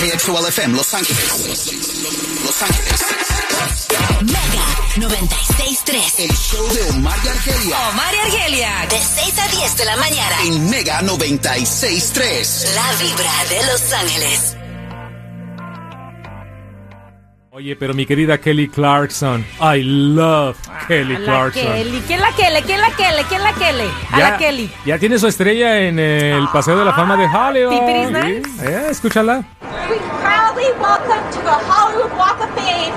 KXOL FM Los Ángeles. Los Ángeles. Mega 96.3. El show de Omar y Argelia. Omar y Argelia. De 6 a 10 de la mañana. En Mega 96.3. La vibra de Los Ángeles. Oye, pero mi querida Kelly Clarkson, I love Kelly Ah, La Clarkson. Kelly. ¿Quién la Kelly? ¿Quién la Kelly? ¿Quién la Kelly? A la Kelly. Ah, Ya tiene su estrella en eh, el Paseo de la Fama de Hollywood. Tiperis Sí, nice. eh, escúchala. We proudly welcome to the Hollywood Walk of Fame,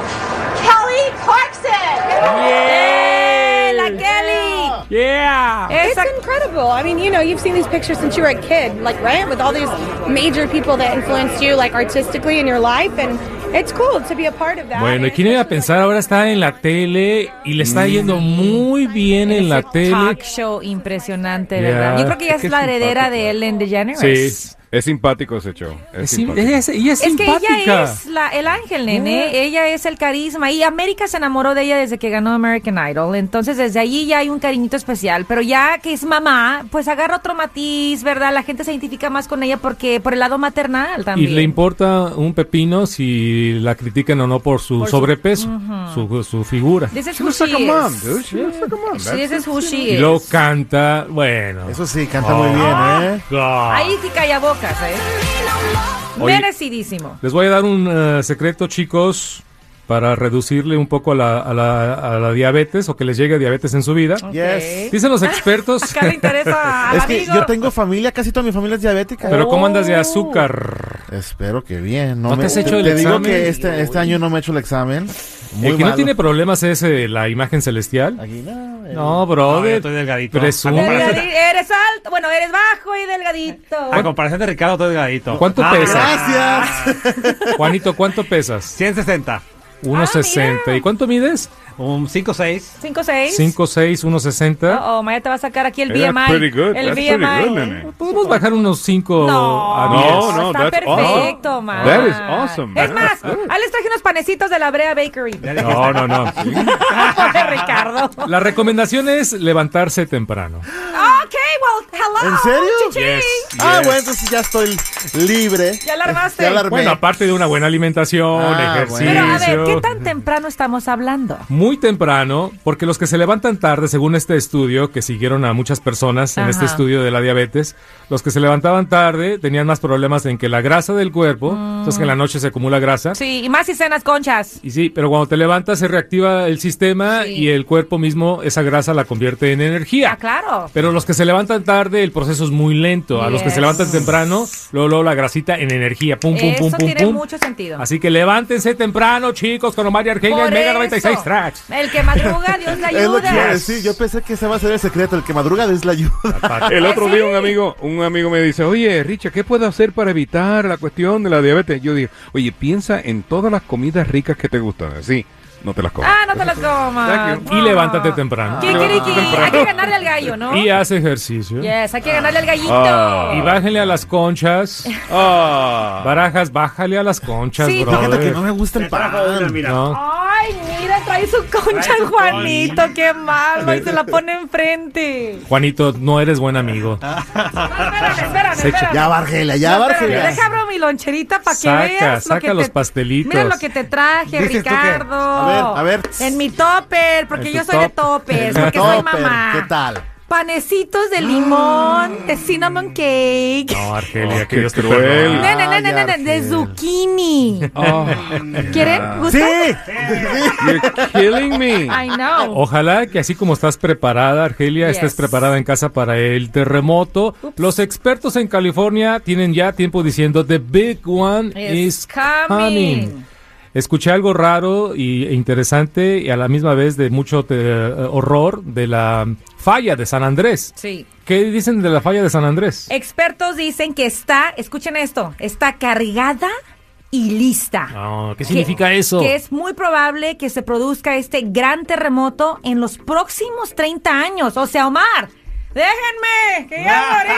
Kelly Clarkson. ¡Eh, la Kelly! Eh, Yeah. It's incredible. I mean, you know, you've seen these pictures since you were a kid, like right, with all these major people that influenced you, like artistically in your life, and it's cool to be a part of that. Bueno, ¿y And quién iba a especially, pensar? Ahora está en la tele y le está yendo Mm. muy bien en la tele. Talk show impresionante, Yeah, ¿verdad? Yo creo que ella es es, que es la heredera simpática. de Ellen DeGeneres. Sí. Es simpático ese show. Es Es sim- simpático. ella es, ella es Es que ella simpática. es la, el ángel, nene. Ella es el carisma. Y América se enamoró de ella desde que ganó American Idol. Entonces, desde allí ya hay un cariñito especial. Pero ya que es mamá, pues agarra otro matiz, ¿verdad? La gente se identifica más con ella porque por el lado maternal Y Ah, también. le importa un pepino si la critican o no por su sobrepeso, su, su figura. This is She who looks like a she Ah, mom, is. pues. dude. She looks like a mom. Sí, this is who she Y is. luego canta, bueno. Ah. Eso sí, canta muy bien, ¿eh? God. Ahí sí calla bocas, ¿eh? Oye. Merecidísimo. Les voy a dar un eh, secreto, chicos, para reducirle un poco a la, a la- a la diabetes o que les llegue diabetes en su vida. Yes. Dicen los expertos, Acá le interesa al Es que amigo. yo tengo familia, casi toda mi familia es diabética. pero ¿cómo andas de azúcar? Espero que bien. No, ¿No te me, has hecho el te examen? digo que este, este año no me he hecho el examen. Muy el que no malo. tiene problemas es eh, la imagen celestial. Aquí, no, eh. No, brother. yo estoy delgadito. presume. A comparación, Delgadi- Eres alto, bueno, eres bajo y delgadito. a comparación de Ricardo, estoy delgadito. ¿Cuánto Ah, pesas? Gracias. Juanito, ¿cuánto pesas? 160. 1.60. Ah, mira. ¿Y cuánto mides? Un 5'6". 5 6. 5.6, 1.60. Oh, Maya te va a sacar aquí el Hey, that's BMI. pretty good. El That's BMI. pretty good, nene. Podemos bajar unos 5 No. a 10. No, no, está that's perfecto, awesome. Maya. That is awesome. Es más, ahí les traje unos panecitos de la Brea Bakery. De No, no, no. Ricardo. La recomendación es levantarse temprano. Ok, well, hello. ¿En serio? Chichín. Ah, bueno, entonces ya estoy libre. Ya la armaste. Ya la armé. Bueno, aparte de una buena alimentación, Ah, ejercicio. Pero a ver, ¿qué tan temprano estamos hablando? Muy temprano, porque los que se levantan tarde, según este estudio, que siguieron a muchas personas en Ajá. este estudio de la diabetes, los que se levantaban tarde tenían más problemas en que la grasa del cuerpo, entonces Mm. que en la noche se acumula grasa. Sí, y más si cenas conchas. Y sí, pero cuando te levantas se reactiva el sistema y el cuerpo mismo esa grasa la convierte en energía. Ah, claro. Pero los que se levantan tarde, el proceso es muy lento. A los que se Yes. levantan temprano, luego, luego la grasita en energía. Pum, pum, pum, Eso pum, tiene pum. mucho sentido. Así que levántense temprano, chicos, con Omar y Argelia Por en Mega eso. 96 Tracks. El que madruga, Dios le Es lo que iba a ayuda. decir. Yo pensé que ese va a ser el secreto. El que madruga es la ayuda. El otro Sí. día un amigo, un amigo me dice, oye, Richa, ¿qué puedo hacer para evitar la cuestión de la diabetes? Yo digo, oye, piensa en todas las comidas ricas que te gustan. Así, no te las comas. Ah, no te lo comas. Thank Y No. levántate temprano. Kikiriki, Temprano. hay que ganarle al gallo, ¿no? Y haz ejercicio. Yes, hay que ganarle al gallito. Ah. Y bájenle a las conchas. Ah. Barajas, bájale a las conchas, Sí, Fíjate que no brother. me gusta Ah, el pan. No. Ay, mira, trae su concha Trae su Juanito, qué malo. Y se la pone enfrente. Juanito, no eres buen amigo. No, espérame, espérame, Se echa- espérame. Ya, Vargela, ya, No, espérame, Vargela. Deja abro mi loncherita para que Saca, veas. saca los pastelitos. Mira lo que te traje, Dices tú que- Ricardo. A ver, a ver. En mi topper, porque En yo tu soy de topper. toppers, porque soy Topper, mamá. ¿Qué tal? panecitos de limón, de cinnamon cake. No, Argelia, Oh, que qué Dios te cruel. perdone. Oh. No, no, no, no, no, no, de zucchini. ¿Quieren? ¿Gustan? You're killing me. I know. Ojalá que así como estás preparada, Argelia, Yes. estés preparada en casa para el terremoto. Los expertos en California tienen ya tiempo diciendo the big one It's is coming. coming. Escuché algo raro y- e interesante y a la misma vez de mucho te- eh, horror de la falla de San Andrés. Sí. ¿Qué dicen de la falla de San Andrés? Eh, Expertos dicen que está, escuchen esto, está cargada y lista. ¿Qué Que- significa eso? Que es muy probable que se produzca este gran terremoto en los próximos 30 años. O sea, Omar, déjenme, que ya morí.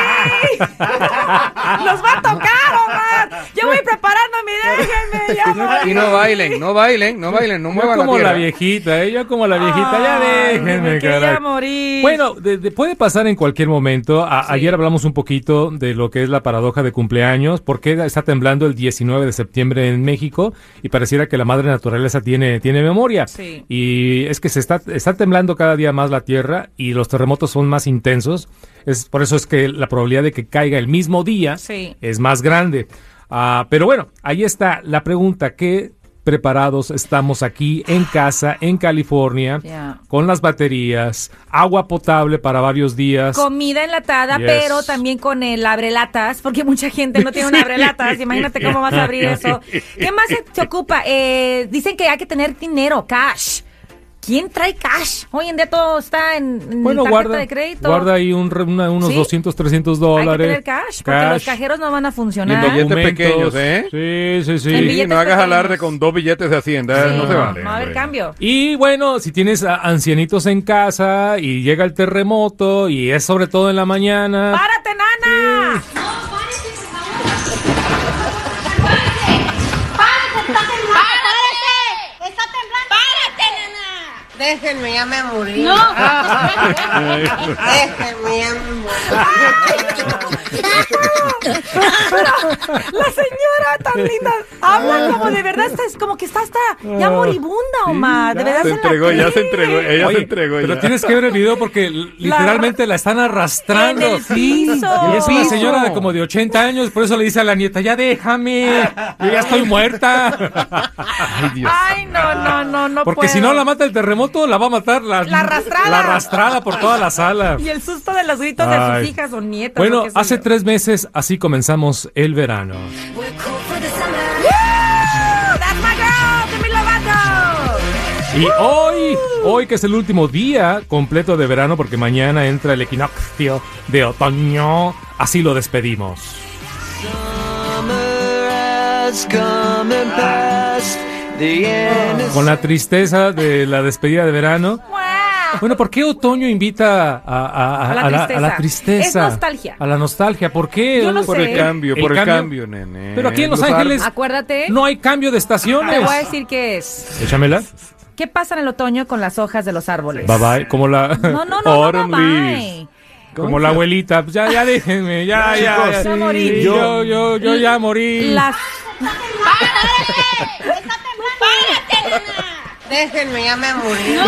Los va a tocar, Omar. Yo voy preparándome, déjenme, ya morí. Y no bailen, no bailen, no bailen, no Yo muevan como la la, tierra. viejita, ¿eh? yo como la viejita, ya déjenme, caray. Bueno, de- de- puede pasar en cualquier momento. A- Ayer hablamos un poquito de lo que es la paradoja de cumpleaños, porque está temblando el 19 de septiembre en México y pareciera que la madre naturaleza tiene, tiene memoria. Sí. Y es que se está, está temblando cada día más la tierra y los terremotos son más intensos. Es, por eso es que la probabilidad de que caiga el mismo día Sí. es más grande. Ah, pero bueno, ahí está la pregunta, ¿qué preparados estamos aquí en casa, en California, Ah. Ya. con las baterías, agua potable para varios días? Comida enlatada, Yes. pero también con el abrelatas, porque mucha gente no tiene un abrelatas. Imagínate cómo vas a abrir eso. ¿Qué más se, se ocupa? Eh, dicen que hay que tener dinero, cash. ¿Quién trae cash? Hoy en día todo está en, en bueno, tarjeta guarda, de crédito. guarda ahí un re- una- unos Sí. 200, 300 hay que dólares. tener cash, porque los cash, cajeros no van Y a en funcionar. billetes documentos. pequeños, ¿eh? Sí, sí, sí. Sí, En billetes no hagas pequeños. alarde con dos billetes de Hacienda, Sí, no se vale. No va a haber cambio. Y bueno, si tienes a- ancianitos en casa y llega el terremoto y es sobre todo en la mañana. ¡Párate, nana! Déjenme, ya me morí. No. Déjenme, ya me morí. La señora tan linda habla como de verdad, está- es como que está hasta ya moribunda, Omar. De verdad Se se la entregó, Ah, ya se cree. entregó, ella Oye, se entregó. Pero ya. tienes que ver el video porque l- literalmente la están arrastrando. En el Y piso. es En una el señora de como de 80 años, por eso le dice a la nieta, ya déjame, yo ya estoy muerta. Ay, no, no, no, no porque puedo. si no la mata el terremoto, la va a matar la, La arrastrada. la arrastrada por toda la sala. Y el susto de los gritos de Ay. sus hijas o nietas. o Bueno, qué sé hace yo. tres meses así comenzamos el verano. ¡Woo! ¡Uh, That's my girl, Demi Lovato. Y hoy, hoy que es el último día completo de verano, porque mañana entra el equinoccio de otoño, así lo despedimos. Con la tristeza de la despedida de verano. Bueno, ¿por qué otoño invita a, a- a- A la a la, a la tristeza. tristeza? Es nostalgia. A la nostalgia. ¿Por qué? Yo no Por el sé. cambio, por el cambio, nene. Pero aquí en Los, Los Ángeles Acuérdate. no hay cambio de Te estaciones. voy a decir qué es. Échamela. ¿Qué pasa en el otoño con las hojas de los árboles? Bye bye. Como la. No, no, no, no, Autumn bye, bye. leaves. Como la abuelita. Pues Ya, ya déjenme. Ya, ya. ya. Chicos, ya morí. Sí, Yo, yo, yo ya morí. Las Déjenme, ya me morí.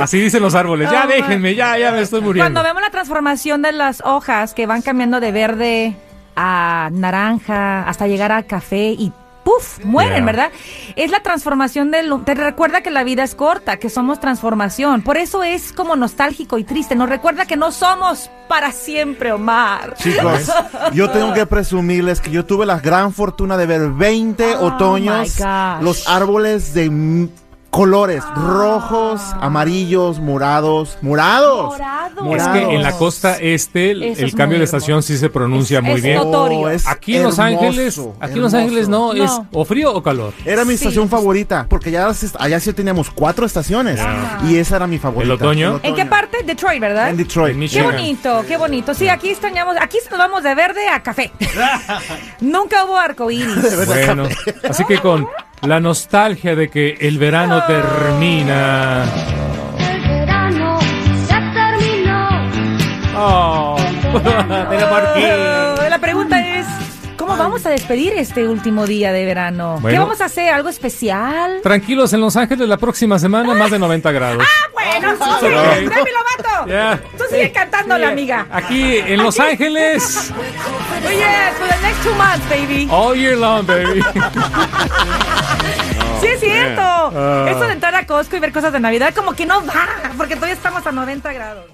Así dicen los árboles. Ya Oh, my- déjenme. Ya, ya me estoy muriendo. Cuando vemos la transformación de las hojas que van cambiando de verde a naranja hasta llegar a café y ¡puf! mueren, Yeah. ¿verdad? Es la transformación del... Te recuerda que la vida es corta, que somos transformación. Por eso es como nostálgico y triste. Nos recuerda que no somos para siempre, Omar. Chicos, yo tengo que presumirles que yo tuve la gran fortuna de ver 20 otoños, Oh my gosh. Ah. los árboles de mm, colores rojos, amarillos, morados, morados. Es Morados. que en la costa este el, Eso el es cambio muy de estación sí se pronuncia Es- muy es bien. notorio. Oh, es aquí en Los hermoso, Ángeles, aquí en Los hermoso. Ángeles no, No. es o frío o calor. Era mi Sí. Pues, estación favorita, porque ya las est- allá sí teníamos cuatro estaciones y esa era mi favorita. otoño? ¿En qué parte? Detroit, ¿verdad? En Detroit. Qué bonito, qué bonito. Sí, aquí extrañamos, aquí nos vamos de verde a café. Nunca hubo arco iris. Bueno, así que con la nostalgia de que el verano termina. Oh, pero ¿por qué? Oh. La pregunta Eh, es, ¿cómo vamos a despedir este último día de verano. ¿Qué Bueno. vamos a hacer? ¿Algo especial? Ah, Tranquilos, en Los Ángeles la próxima semana más de 90 grados. Bueno, sí, Ah, sí, sí. dámelo, vato. Ya. Tú sigue cantando, la Ah, amiga. Aquí en Los Ángeles, Oh, yes, for the next two months, baby. all year long, baby. sí, es cierto. Oh, man. Ah. Eso de entrar a Costco y ver cosas de Navidad como que no va, porque todavía estamos a 90 grados.